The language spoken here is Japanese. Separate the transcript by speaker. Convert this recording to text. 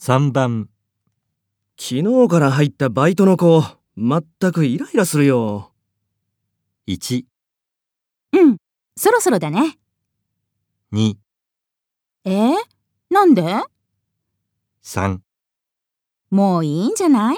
Speaker 1: 3番
Speaker 2: 昨日から入ったバイトの子、まったくイライラするよ。
Speaker 1: 1、
Speaker 3: うん、そろそろだね。
Speaker 1: 2、
Speaker 3: えー、なんで
Speaker 1: 3
Speaker 3: もういいんじゃない